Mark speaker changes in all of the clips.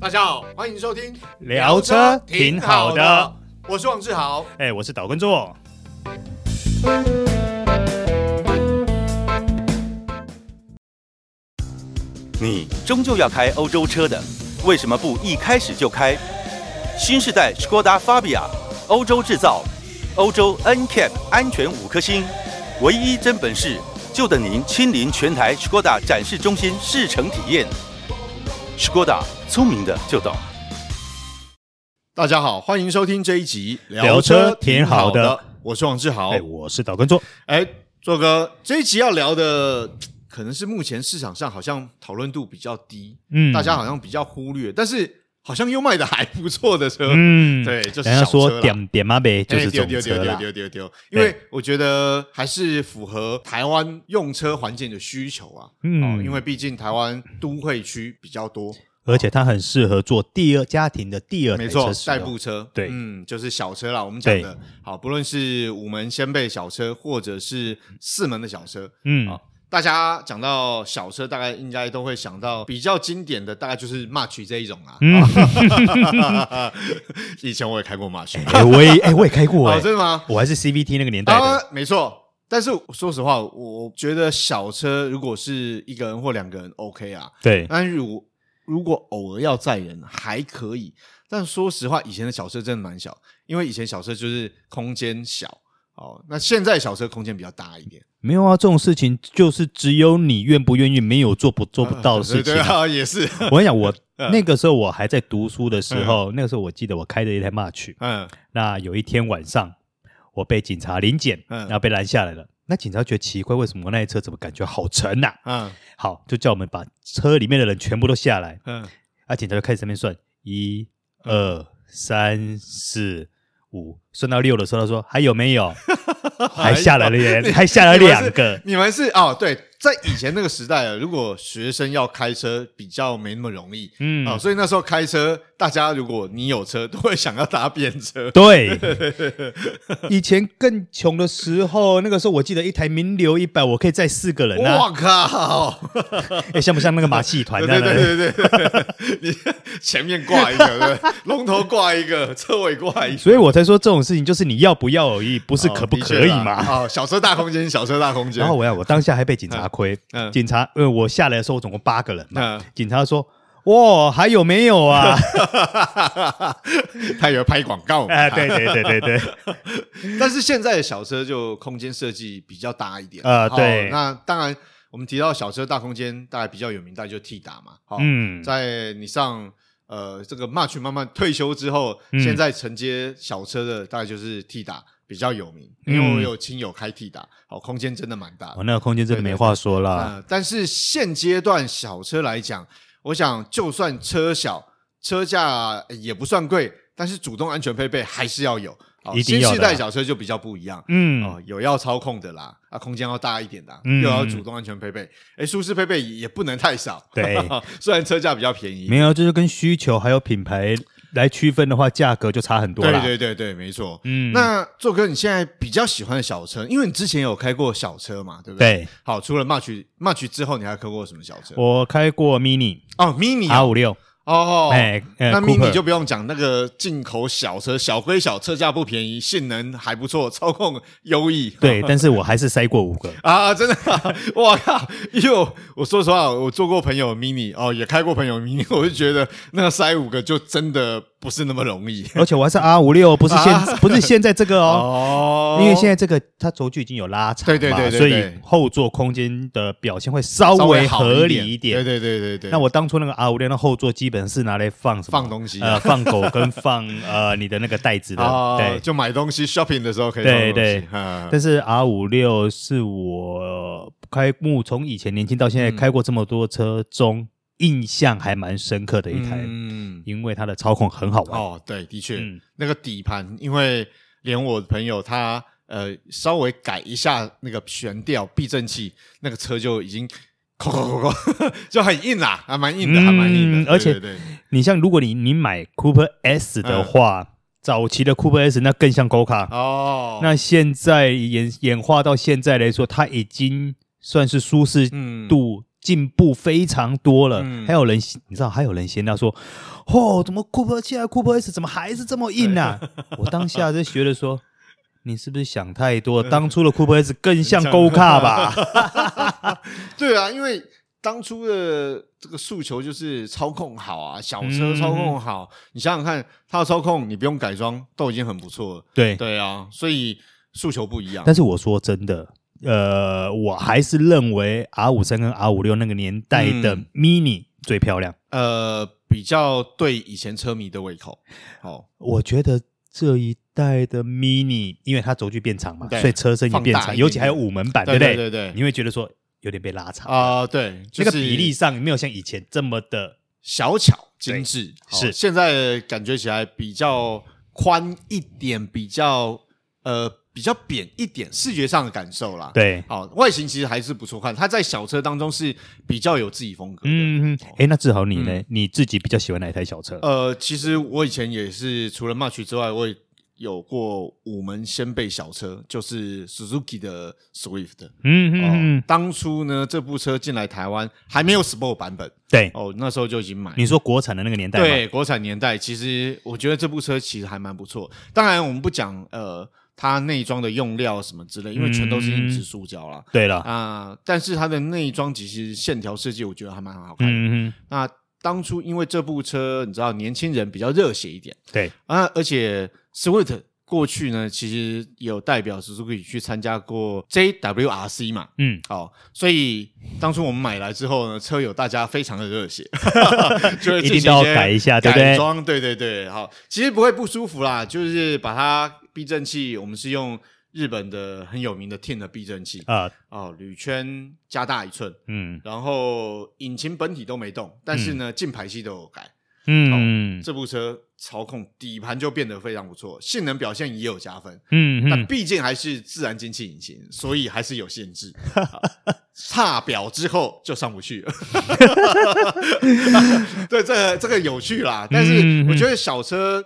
Speaker 1: 大家好，欢迎收听
Speaker 2: 聊车挺好的，，
Speaker 1: 我是王志豪。
Speaker 2: 哎、我是岛根座。
Speaker 3: 你终究要开欧洲车的，为什么不一开始就开？新时代 Skoda Fabia，欧洲制造，欧洲 NCAP 安全五颗星，唯一真本事，就等您亲临全台 Skoda 展示中心试乘体验。Skoda 聪明的就懂。
Speaker 1: 大家好，欢迎收听这一集
Speaker 2: 聊车挺好的，
Speaker 1: 我是王志豪
Speaker 2: 哎、。我是岛根座。
Speaker 1: 哎，做哥，这一集要聊的可能是目前市场上好像讨论度比较低，
Speaker 2: 嗯
Speaker 1: 大家好像比较忽略，但是好像又卖的还不错的车。
Speaker 2: 嗯，
Speaker 1: 对，就是
Speaker 2: 人
Speaker 1: 小
Speaker 2: 家
Speaker 1: 车
Speaker 2: 说
Speaker 1: 啦
Speaker 2: 点点嘛呗，就
Speaker 1: 哎
Speaker 2: 是这
Speaker 1: 丢
Speaker 2: 种
Speaker 1: 丢
Speaker 2: 车
Speaker 1: 丢丢
Speaker 2: 啦。
Speaker 1: 丢丢丢，因为我觉得还是符合台湾用车环境的需求啊。
Speaker 2: 嗯
Speaker 1: 哦，因为毕竟台湾都会区比较多，
Speaker 2: 而且它很适合做第二家庭的第二
Speaker 1: 没
Speaker 2: 台呃车
Speaker 1: 错，
Speaker 2: 使
Speaker 1: 代
Speaker 2: 用
Speaker 1: 步车，
Speaker 2: 对
Speaker 1: 嗯，就是小车啦。我们讲的，好，不论是五门掀背小车，或者是四门的小车，
Speaker 2: 嗯
Speaker 1: 好，大家讲到小车，大概应该都会想到比较经典的，大概就是 March 这一种啦。
Speaker 2: 嗯
Speaker 1: 以前我也开过 March，
Speaker 2: 哎、我也哎、我也 开过哎、
Speaker 1: 哦，真的吗？
Speaker 2: 我还是 CVT 那个年代
Speaker 1: 啊
Speaker 2: 的。，
Speaker 1: 没错。但是说实话，我觉得小车如果是一个人或两个人 OK 啊，
Speaker 2: 对，
Speaker 1: 但如如果偶尔要载人还可以，但说实话，以前的小车真的蛮小，因为以前小车就是空间小哦。那现在小车空间比较大一点，
Speaker 2: 没有啊，这种事情就是只有你愿不愿意，没有做不做不到的事情
Speaker 1: 对对
Speaker 2: 啊、
Speaker 1: 啊，也是，
Speaker 2: 我跟你讲，我那个时候我还在读书的时候，那个时候我记得我开着一台 March，
Speaker 1: 嗯
Speaker 2: 那有一天晚上，我被警察临检，
Speaker 1: 嗯
Speaker 2: 然后被拦下来了。那警察觉得奇怪，为什么我那台车怎么感觉好沉啊呐、
Speaker 1: 嗯
Speaker 2: 好，就叫我们把车里面的人全部都下来。
Speaker 1: 嗯，
Speaker 2: 啊，警察就开始在那边算，一、二、三、四、五，算到六的时候，他说还有没 有？还下来了耶，还下来两个。
Speaker 1: 你们是哦，对，在以前那个时代啊，如果学生要开车比较没那么容易。
Speaker 2: 嗯，
Speaker 1: 啊、所以那时候开车，大家如果你有车， 都会想要搭便车。
Speaker 2: 对，以前更穷的时候，那个时候我记得一台名流一百，我可以载四个人啊
Speaker 1: 我， 靠！
Speaker 2: 哎，像不像那个马戏团
Speaker 1: 对
Speaker 2: 那样的？
Speaker 1: 对对对对对，你前面挂一个， 对不对，龙头挂一个，车尾挂一个，
Speaker 2: 所以我才说这种事情就是你要不要而已，不是可不
Speaker 1: 哦
Speaker 2: 可以嘛。
Speaker 1: 的确啦哦，小车大空间，小车大空间。
Speaker 2: 然后我要，我当下还被警察亏。
Speaker 1: 嗯嗯
Speaker 2: 警察，呃，我下来的时候我总共八个人嘛。
Speaker 1: 嗯
Speaker 2: 警察说：“哇，还有没有 啊
Speaker 1: 他有拍广？”告嘛，
Speaker 2: 啊，对对对 对对，
Speaker 1: 哦但是现在的小车就空间设计比较大一点
Speaker 2: 呃
Speaker 1: 哦
Speaker 2: 对
Speaker 1: 那当然，我们提到小车大空间，大概比较有名，大概就 T 打嘛。哦好，
Speaker 2: 嗯，
Speaker 1: 在你上呃这个 March 慢慢退休之后，
Speaker 2: 嗯
Speaker 1: 现在承接小车的大概就是 T 打比较有名，因
Speaker 2: 嗯
Speaker 1: 为我有亲友开 T 打，好，空间真的蛮大的
Speaker 2: 我。哦那个空间真的没话说啦。
Speaker 1: 呃，但是现阶段小车来讲，我想就算车小，车价呃也不算贵，但是主动安全配备还是要有。哦
Speaker 2: 一定要的啊
Speaker 1: 新世代小车就比较不一样。
Speaker 2: 嗯
Speaker 1: 哦，，有要操控的啦，啊，空间要大一点的啊、
Speaker 2: 嗯
Speaker 1: 又要主动安全配备，哎，舒适配备也不能太少。
Speaker 2: 对，
Speaker 1: 虽然车价比较便宜，
Speaker 2: 没有，这就跟需求还有品牌来区分的话，价格就差很多
Speaker 1: 对
Speaker 2: 啦。
Speaker 1: 对对对，没错。
Speaker 2: 嗯，
Speaker 1: 那做哥，你现在比较喜欢的小车，因为你之前有开过小车嘛，对不对？对。
Speaker 2: 对
Speaker 1: 好，除了 March March 之后，你还开过什么小车？
Speaker 2: 我开过 Mini
Speaker 1: 哦，Mini 啊
Speaker 2: R 五六，
Speaker 1: 哦，
Speaker 2: 哎，呃
Speaker 1: 那
Speaker 2: Cooper
Speaker 1: mini 就不用讲，那个进口小车，小归小，车价不便宜，性能还不错，操控优异。
Speaker 2: 对，但是我还是塞过五 个。
Speaker 1: 啊，真的、啊，我靠！因为我我说实话，我做过朋友 mini 哦，也开过朋友 mini，我就觉得那个塞五个就真的不是那么容易
Speaker 2: 而且我还是 R 五六，不是现、 不是现在这个哦，
Speaker 1: 哦
Speaker 2: 因为现在这个它轴距已经有拉长嘛，
Speaker 1: 对对对对
Speaker 2: 所以
Speaker 1: 对
Speaker 2: 后座空间的表现会稍
Speaker 1: 稍微好
Speaker 2: 合哦理
Speaker 1: 一
Speaker 2: 点。
Speaker 1: 对对对对对。
Speaker 2: 那我当初那个 R 五六那后座基本是拿来放什么？
Speaker 1: 放东西
Speaker 2: 呃，放狗跟放 呃你的那个袋子的，
Speaker 1: 啊，
Speaker 2: 对。
Speaker 1: 就买东西 shopping 的时候可以放
Speaker 2: 对
Speaker 1: 东西
Speaker 2: 对
Speaker 1: 啊
Speaker 2: 但是 R 五六是我开幕从以前年轻到现在开过这么多车中、印象还蛮深刻的一台，
Speaker 1: 嗯
Speaker 2: 因为它的操控很好玩。
Speaker 1: 哦，对，的确，
Speaker 2: 嗯
Speaker 1: 那个底盘，因为连我朋友他呃稍微改一下那个悬吊避震器，那个车就已经 扣扣扣扣，就很硬啦，还蛮硬的，还蛮硬的。
Speaker 2: 嗯而且
Speaker 1: 对对对
Speaker 2: 你像如果你你买 Cooper S
Speaker 1: 嗯
Speaker 2: 的话，早期的 Cooper S 那更像 Goka，、
Speaker 1: 哦，
Speaker 2: 那现在演演化到现在来说，它已经算是舒适
Speaker 1: 嗯
Speaker 2: 度进步非常多了。
Speaker 1: 嗯
Speaker 2: 还有人你知道，还有人闲聊说，哦，怎么库珀现在库珀 S 怎么还是这么硬啊？ 我当下就觉得说。你是不是想太多？
Speaker 1: 嗯
Speaker 2: 当初的库珀 S 更像
Speaker 1: 像
Speaker 2: 勾卡吧？
Speaker 1: 对啊，因为当初的这个诉求就是操控好啊，小车
Speaker 2: 嗯
Speaker 1: 操控好。你想想看，它的操控你不用改装都已经很不错了。
Speaker 2: 对，
Speaker 1: 对啊，所以诉求不一样。
Speaker 2: 但是我说真的，呃，我还是认为 R 五三跟 R 五六那个年代的
Speaker 1: 嗯
Speaker 2: Mini 最漂亮。
Speaker 1: 呃，比较对以前车迷的胃 口。哦，
Speaker 2: 我觉得这一代的 Mini，因为它轴距变长嘛，
Speaker 1: 对
Speaker 2: 所以车身也变
Speaker 1: 放大
Speaker 2: 长，
Speaker 1: 一点
Speaker 2: 尤其还有五门版，
Speaker 1: 对
Speaker 2: 不对？
Speaker 1: 对对对
Speaker 2: 你会觉得说有点被拉长，
Speaker 1: 啊、对，就
Speaker 2: 那个
Speaker 1: 是
Speaker 2: 比例上没有像以前这么的。
Speaker 1: 小巧精致，
Speaker 2: 对
Speaker 1: 哦
Speaker 2: 是
Speaker 1: 现在感觉起来比较宽一点，比较呃比较扁一点，视觉上的感受啦。，
Speaker 2: 对，
Speaker 1: 好、外形其实还是不错看，它在小车当中是比较有自己风格的。
Speaker 2: 嗯，哎、那志豪你呢？
Speaker 1: 嗯
Speaker 2: 你自己比较喜欢哪一台小车？
Speaker 1: 呃，其实我以前也是除了 March 之外，我也有过五门掀背小车，就是 Suzuki 的 Swift。
Speaker 2: 嗯
Speaker 1: 哦，
Speaker 2: 嗯嗯，
Speaker 1: 当初呢，这部车进来台湾还没有 Sport 版本
Speaker 2: 对，
Speaker 1: 哦，那时候就已经买了。
Speaker 2: 你说国产的那个年代嘛，
Speaker 1: 对，国产年代，其实我觉得这部车其实还蛮不错。当然，我们不讲呃它内装的用料什么之类，因为全都
Speaker 2: 嗯
Speaker 1: 是硬质塑胶啦。
Speaker 2: 对了，
Speaker 1: 啊、但是它的内装其实线条设计，我觉得还蛮好看的。
Speaker 2: 嗯嗯，
Speaker 1: 那当初因为这部车，你知道年轻人比较热血一点
Speaker 2: 对，
Speaker 1: 啊，而且 Swift 过去呢，其实也有代表 Suzuki 去参加过 JWRC 嘛，
Speaker 2: 嗯，
Speaker 1: 哦，所以当初我们买来之后呢，车友大家非常的热 血，就会
Speaker 2: 一
Speaker 1: 进行
Speaker 2: 定
Speaker 1: 一
Speaker 2: 都要
Speaker 1: 些
Speaker 2: 改一下，对不
Speaker 1: 改
Speaker 2: 对？
Speaker 1: 装，对对对，好，其实不会不舒服啦，就是把它避震器，我们是用日本的很有名的 Tin 的避震器，
Speaker 2: 啊，
Speaker 1: 哦，铝圈加大一寸，
Speaker 2: 嗯
Speaker 1: 然后引擎本体都没动，但是呢，进排气都有改。哦
Speaker 2: 嗯
Speaker 1: 这部车操控底盘就变得非常不错，性能表现也有加分。
Speaker 2: 嗯
Speaker 1: 但
Speaker 2: 嗯，
Speaker 1: 毕竟还是自然进气引擎，所以还是有限制。啊差表之后就上不去了。 对，这个这个有趣啦，但是
Speaker 2: 嗯嗯
Speaker 1: 我觉得小车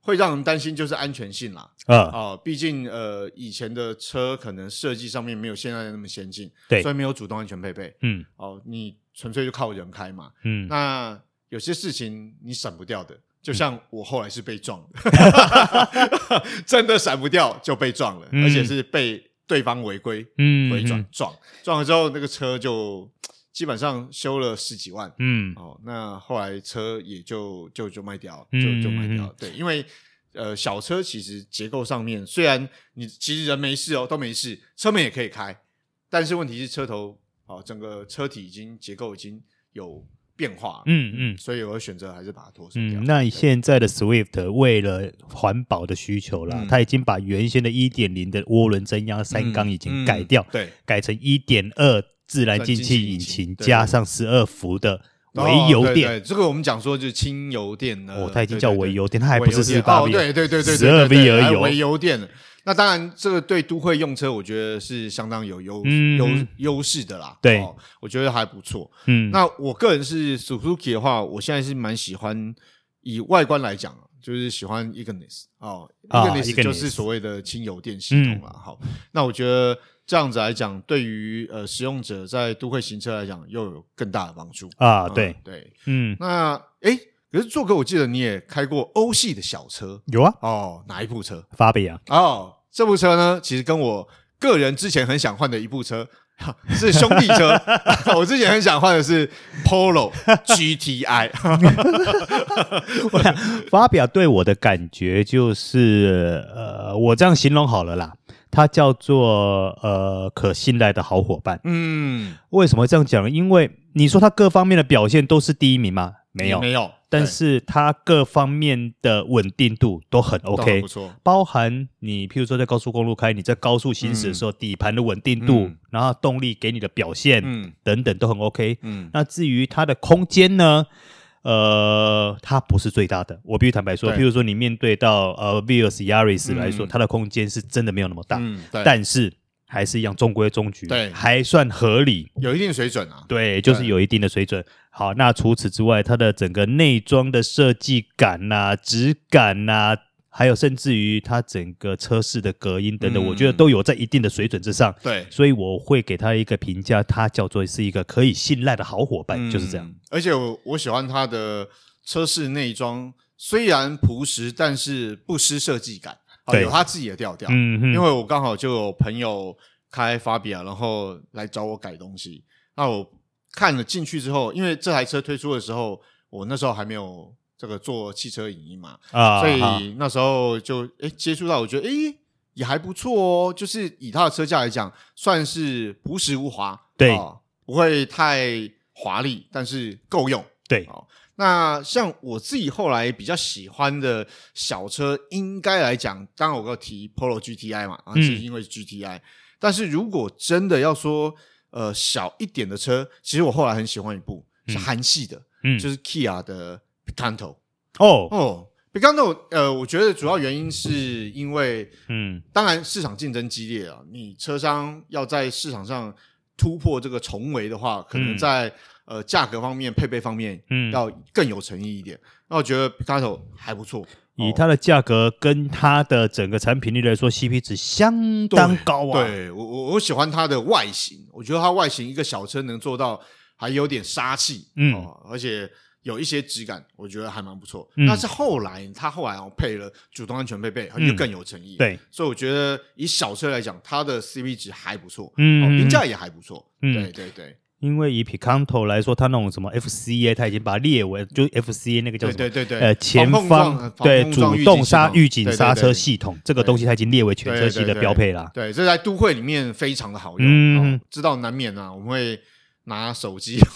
Speaker 1: 会让人担心就是安全性啦。
Speaker 2: 啊，
Speaker 1: 哦，毕竟呃以前的车可能设计上面没有现在那么先进，
Speaker 2: 对
Speaker 1: 所以没有主动安全配备。
Speaker 2: 嗯
Speaker 1: 哦，你纯粹就靠人开嘛。
Speaker 2: 嗯，
Speaker 1: 那有些事情你闪不掉的，就像我后来是被撞的， 真的闪不掉就被撞了，
Speaker 2: 嗯
Speaker 1: 而且是被对方违规
Speaker 2: 嗯
Speaker 1: 回转撞，撞了之后那个车就基本上修了十几万。
Speaker 2: 嗯，
Speaker 1: 哦，那后来车也就就就卖掉了，就
Speaker 2: 嗯
Speaker 1: 就卖掉
Speaker 2: 嗯
Speaker 1: 了。对，因为呃，小车其实结构上面，虽然你其实人没事哦，都没事，车门也可以开，但是问题是车头哦，整个车体已经结构已经有变化，
Speaker 2: 嗯嗯
Speaker 1: 所以我的选择还是把它脱手掉。
Speaker 2: 嗯，那
Speaker 1: 对
Speaker 2: 现在的 Swift 为了环保的需求啦，
Speaker 1: 嗯
Speaker 2: 它已经把原先的1.0的涡轮增压三缸已经改掉，
Speaker 1: 嗯对，
Speaker 2: 改成1.2自然
Speaker 1: 自然进
Speaker 2: 进气
Speaker 1: 气
Speaker 2: 引
Speaker 1: 引
Speaker 2: 擎
Speaker 1: 擎
Speaker 2: 加
Speaker 1: 对
Speaker 2: 上12伏的
Speaker 1: 哦
Speaker 2: 微油
Speaker 1: 对
Speaker 2: 电。
Speaker 1: 对这个我们讲说就是轻油电呢，
Speaker 2: 哦，它已经
Speaker 1: 对
Speaker 2: 叫
Speaker 1: 对
Speaker 2: 微
Speaker 1: 对
Speaker 2: 油电，它还不是
Speaker 1: 微油
Speaker 2: 四
Speaker 1: 电
Speaker 2: 八 V，
Speaker 1: 哦，对对对对，
Speaker 2: 十二 V 而已
Speaker 1: 为
Speaker 2: 哦。
Speaker 1: 油电。那当然，这个对都会用车，我觉得是相当有优
Speaker 2: 嗯
Speaker 1: 优优势的啦。
Speaker 2: 对
Speaker 1: 哦，我觉得还不错。
Speaker 2: 嗯，
Speaker 1: 那我个人是 Suzuki 的话，我现在是蛮喜欢，以外观来讲，就是喜欢 Ignis 哦
Speaker 2: 啊
Speaker 1: ，Ignis
Speaker 2: Ignis 嗯
Speaker 1: 就是所谓的轻油电系统啦。好，那我觉得这样子来讲，对于呃使用者在都会行车来讲，又有更大的帮助
Speaker 2: 啊，
Speaker 1: 嗯
Speaker 2: 对，
Speaker 1: 对。
Speaker 2: 嗯，
Speaker 1: 那诶，可是做哥，我记得你也开过欧系的小车
Speaker 2: 有啊，
Speaker 1: 哦，哪一部车？
Speaker 2: 发比 啊，
Speaker 1: 哦，这部车呢，其实跟我个人之前很想换的一部车是兄弟车。 我之前很想换的是 Polo GTI，
Speaker 2: 发表对我的感觉就是，呃，我这样形容好了啦，它叫做呃可信赖的好伙伴。
Speaker 1: 嗯，
Speaker 2: 为什么会这样讲呢？因为你说它各方面的表现都是第一名吗？没有，
Speaker 1: 没有，
Speaker 2: 但
Speaker 1: 对
Speaker 2: 是它各方面的稳定度都很
Speaker 1: 都很
Speaker 2: OK，
Speaker 1: 不错，
Speaker 2: 包含你譬如说在高速公路开，你在高速行驶的时候，底盘的稳定度，
Speaker 1: 嗯
Speaker 2: 然后动力给你的表现、
Speaker 1: 嗯
Speaker 2: 等等都很 OK。
Speaker 1: 嗯，
Speaker 2: 那至于它的空间呢？呃，它不是最大的。我必须坦白说，
Speaker 1: 对
Speaker 2: 譬如说你面对到呃 Vios Yaris 来说，
Speaker 1: 嗯
Speaker 2: 它的空间是真的没有那么大，
Speaker 1: 嗯，对，
Speaker 2: 但是还是一样中规中矩，
Speaker 1: 对
Speaker 2: 还算合理。
Speaker 1: 有一定水准啊，
Speaker 2: 对，就是有一定的水准。好，啊那除此之外，它的整个内装的设计感呐、质感呐、啊还有甚至于它整个车室的隔音等等，
Speaker 1: 嗯
Speaker 2: 我觉得都有在一定的水准之上。
Speaker 1: 对，
Speaker 2: 所以我会给他一个评价，他叫做是一个可以信赖的好伙伴，就是这样。
Speaker 1: 嗯。而且我我喜欢它的车饰内装，虽然朴实，但是不失设计感，啊
Speaker 2: 对
Speaker 1: 有它自己的调调。
Speaker 2: 嗯哼，
Speaker 1: 因为我刚好就有朋友开法比亚，然后来找我改东西。那我看了进去之后，因为这台车推出的时候，我那时候还没有这个做汽车影音嘛，
Speaker 2: 啊，
Speaker 1: 所
Speaker 2: 哈
Speaker 1: 以那时候就诶接触到，我觉得诶也还不错哦，就是以它的车价来讲，算是朴实无华，
Speaker 2: 对
Speaker 1: 哦不会太华丽，但是够用。
Speaker 2: 对，
Speaker 1: 哦，那像我自己后来比较喜欢的小车，应该来讲，刚刚我有提 Polo GTI 嘛，啊，
Speaker 2: 嗯
Speaker 1: 是因为 GTI、但是如果真的要说，呃，小一点的车，其实我后来很喜欢一部是韩系的，
Speaker 2: 嗯，
Speaker 1: 就是 Kia 的 Picanto。
Speaker 2: 哦，
Speaker 1: 哦，Picanto，呃，我觉得主要原因是因为，
Speaker 2: 嗯，
Speaker 1: 当然市场竞争激烈啊，你车商要在市场上突破这个重围的话，可能
Speaker 2: 嗯
Speaker 1: 在、呃价格方面、配备方面，
Speaker 2: 嗯
Speaker 1: 要更有诚意一点。那我觉得 Picasso 还不错，哦
Speaker 2: 以它的价格跟它的整个产品力来说，CP 值相当高啊。，
Speaker 1: 对我我我喜欢它的外形，我觉得它外形一个小车能做到还有点杀气，
Speaker 2: 嗯
Speaker 1: 哦，而且。有一些质感，我觉得还蛮不错。
Speaker 2: 嗯
Speaker 1: 但是后来，它后来哦配了主动安全配备，它就
Speaker 2: 嗯
Speaker 1: 更有诚意。，
Speaker 2: 对，
Speaker 1: 所以我觉得以小车来讲，它的 CP 值还不错，
Speaker 2: 嗯
Speaker 1: 哦评价也还不错。
Speaker 2: 嗯
Speaker 1: 对对对，
Speaker 2: 因为以 Picanto 来说，它那种什么 FCA，它已经把它列为就 FCA 那个叫
Speaker 1: 对
Speaker 2: 什么？
Speaker 1: 对对对，
Speaker 2: 呃，前
Speaker 1: 防碰撞
Speaker 2: 方
Speaker 1: 呃
Speaker 2: 对
Speaker 1: 防碰撞
Speaker 2: 主动
Speaker 1: 系
Speaker 2: 刹
Speaker 1: 统
Speaker 2: 预警刹
Speaker 1: 对
Speaker 2: 车
Speaker 1: 对对
Speaker 2: 系统这个东西，它已经列为全车系的标配啦。
Speaker 1: 对，这在都会里面非常的好用。
Speaker 2: 啊嗯
Speaker 1: 哦知道难免啊，我们会拿手机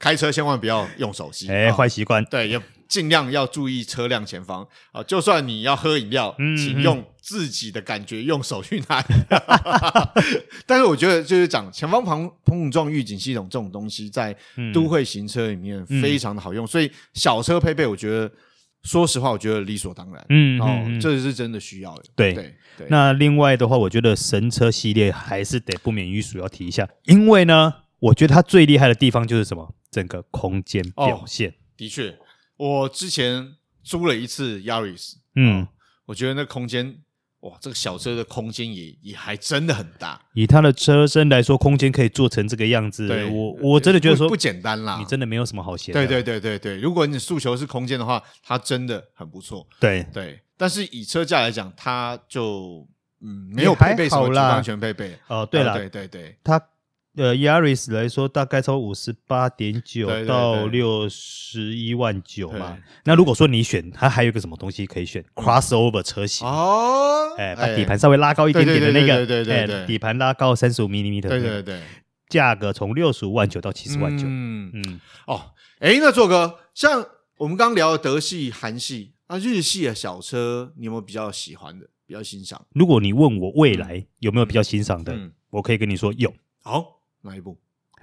Speaker 1: 开车，千万不要用手机。
Speaker 2: 哎，
Speaker 1: 啊
Speaker 2: 坏习惯，
Speaker 1: 对，也尽量要注意车辆前方啊。就算你要喝饮料，
Speaker 2: 嗯
Speaker 1: 请
Speaker 2: 嗯
Speaker 1: 用自己的感觉，用手去拿。 但是我觉得就是讲前方旁碰撞预警系统这种东西，在
Speaker 2: 嗯
Speaker 1: 都会行车里面非常的好用，所以小车配备，我觉得说实话，我觉得理所当然。
Speaker 2: 嗯
Speaker 1: 哦，
Speaker 2: 嗯嗯
Speaker 1: 这是真的需要的。
Speaker 2: 对
Speaker 1: 对对，
Speaker 2: 那另外的话，我觉得神车系列还是得不免于俗要提一下，因为呢，我觉得它最厉害的地方就是什么，整个空间表现。
Speaker 1: 的确，我之前租了一次 Yaris，
Speaker 2: 嗯，
Speaker 1: 我觉得那空间，哇，这个小车的空间也也还真的很大。
Speaker 2: 以它的车身来说，空间可以做成这个样子，
Speaker 1: 对，
Speaker 2: 我我真的觉得说
Speaker 1: 不不简单啦。
Speaker 2: 你真的没有什么好写的。
Speaker 1: 对对对对对，如果你诉求是空间的话，它真的很不错。
Speaker 2: 对，
Speaker 1: 对，但是以车价来讲，它就嗯没
Speaker 2: 也
Speaker 1: 有
Speaker 2: 还
Speaker 1: 配备什么
Speaker 2: 好
Speaker 1: 主
Speaker 2: 啦
Speaker 1: 安全配备。
Speaker 2: 哦、对了，
Speaker 1: 啊对对对，
Speaker 2: 它呃 Yaris 来说，大概超五十八点
Speaker 1: 对对
Speaker 2: 九
Speaker 1: 对
Speaker 2: 到六十一万九嘛
Speaker 1: 对。嗯
Speaker 2: 那如果说你选，它还有一个什么东西可以选？Crossover 车型。
Speaker 1: 哦，
Speaker 2: 哎，把底盘稍微拉高一点点的那
Speaker 1: 对
Speaker 2: 个，
Speaker 1: 对对对对对
Speaker 2: 哎底盘拉高三十五 mm 的，
Speaker 1: 对对对，
Speaker 2: 价格从六十五万九到七十万九，
Speaker 1: 嗯，
Speaker 2: 嗯，
Speaker 1: 哦，哎，那做哥，像我们刚聊的德系、韩系啊，日系的小车，你有没有比较喜欢的、比较欣赏？
Speaker 2: 如果你问我未来有没有比较欣赏的，
Speaker 1: 嗯
Speaker 2: 我可以跟你说有
Speaker 1: 好，哪一部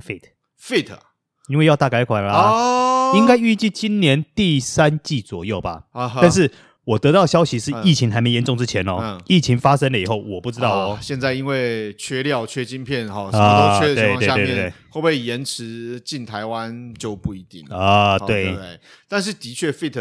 Speaker 2: Fit，
Speaker 1: ？Fit 啊
Speaker 2: 因为要大改款啦、
Speaker 1: 哦，
Speaker 2: 啊应该预计今年第三季左右吧。
Speaker 1: 啊哈，
Speaker 2: 但是我得到消息是
Speaker 1: 嗯
Speaker 2: 疫情还没严重之前哦，
Speaker 1: 嗯
Speaker 2: 疫情发生了以后我不知道
Speaker 1: 啊
Speaker 2: 哦。
Speaker 1: 现在因为缺料、缺晶片，哈，什么都缺的情况下
Speaker 2: 啊对对对
Speaker 1: 面
Speaker 2: 对，
Speaker 1: 会不会延迟进台湾就不一定了。
Speaker 2: 啊，
Speaker 1: 哦
Speaker 2: 对
Speaker 1: 不对，但是的确，Fit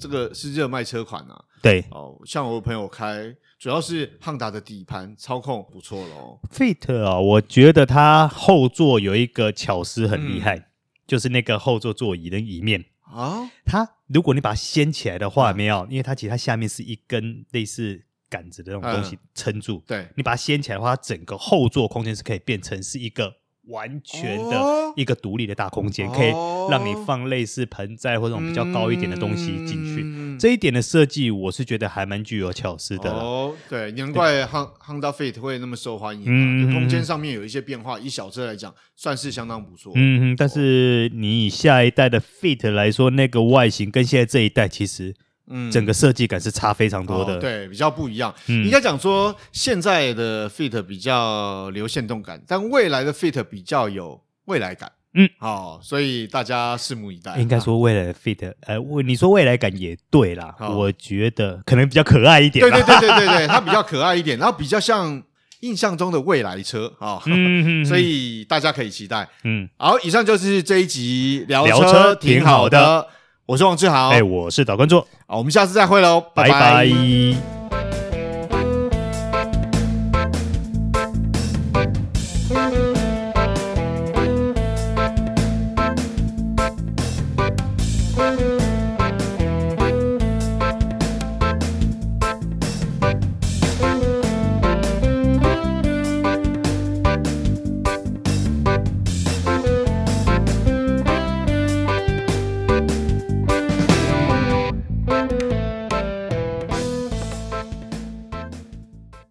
Speaker 1: 这个是热卖车款啊。
Speaker 2: 对
Speaker 1: 哦，像我朋友开，主要是汉达的底盘操控不错哦喽。
Speaker 2: ，Fit 啊、我觉得它后座有一个巧思很厉
Speaker 1: 嗯
Speaker 2: 害，就是那个后座座椅的椅面，
Speaker 1: 啊，
Speaker 2: 它如果你把它掀起来的话，
Speaker 1: 嗯
Speaker 2: 没有，因为它其实它下面是一根类似杆子的那种东
Speaker 1: 嗯
Speaker 2: 西撑住。
Speaker 1: 对，
Speaker 2: 你把它掀起来的话，它整个后座空间是可以变成是一个完全
Speaker 1: 哦
Speaker 2: 的一个独立的大空间，可以让你放类似盆栽或者那种比较高一点的东西
Speaker 1: 嗯
Speaker 2: 进去。
Speaker 1: 去
Speaker 2: 这一点的设计，我是觉得还蛮具有巧思的啦。
Speaker 1: 哦，对，难怪 Hon- Honda Fit 会那么受欢迎啊。
Speaker 2: 嗯
Speaker 1: 就空间上面有一些变化，以小车来讲，算是相当不错。
Speaker 2: 嗯哼，但是你以下一代的 Fit 来说，那个外形跟现在这一代其实
Speaker 1: 嗯
Speaker 2: 整个设计感是差非常多的。
Speaker 1: 哦对，比较不一样。
Speaker 2: 嗯
Speaker 1: 应该讲说，现在的 Fit 比较留线动感，但未来的 Fit 比较有未来感。
Speaker 2: 嗯，
Speaker 1: 好、所以大家拭目以待。啊
Speaker 2: 应该说未来的 fit，呃，我你说未来感也对啦，
Speaker 1: 好
Speaker 2: 我觉得可能比较可爱一点
Speaker 1: 对
Speaker 2: 吧。
Speaker 1: 对对对对对，它比较可爱一点，然后比较像印象中的未来车啊，
Speaker 2: 嗯
Speaker 1: 所以大家可以期待。
Speaker 2: 嗯，
Speaker 1: 好，以上就是这一集聊
Speaker 2: 聊车挺
Speaker 1: 挺
Speaker 2: 好
Speaker 1: 好
Speaker 2: 的
Speaker 1: 的，我是王志豪，
Speaker 2: 哎，我是导观众，
Speaker 1: 好，我们下次再会喽，
Speaker 2: 拜
Speaker 1: 拜
Speaker 2: 拜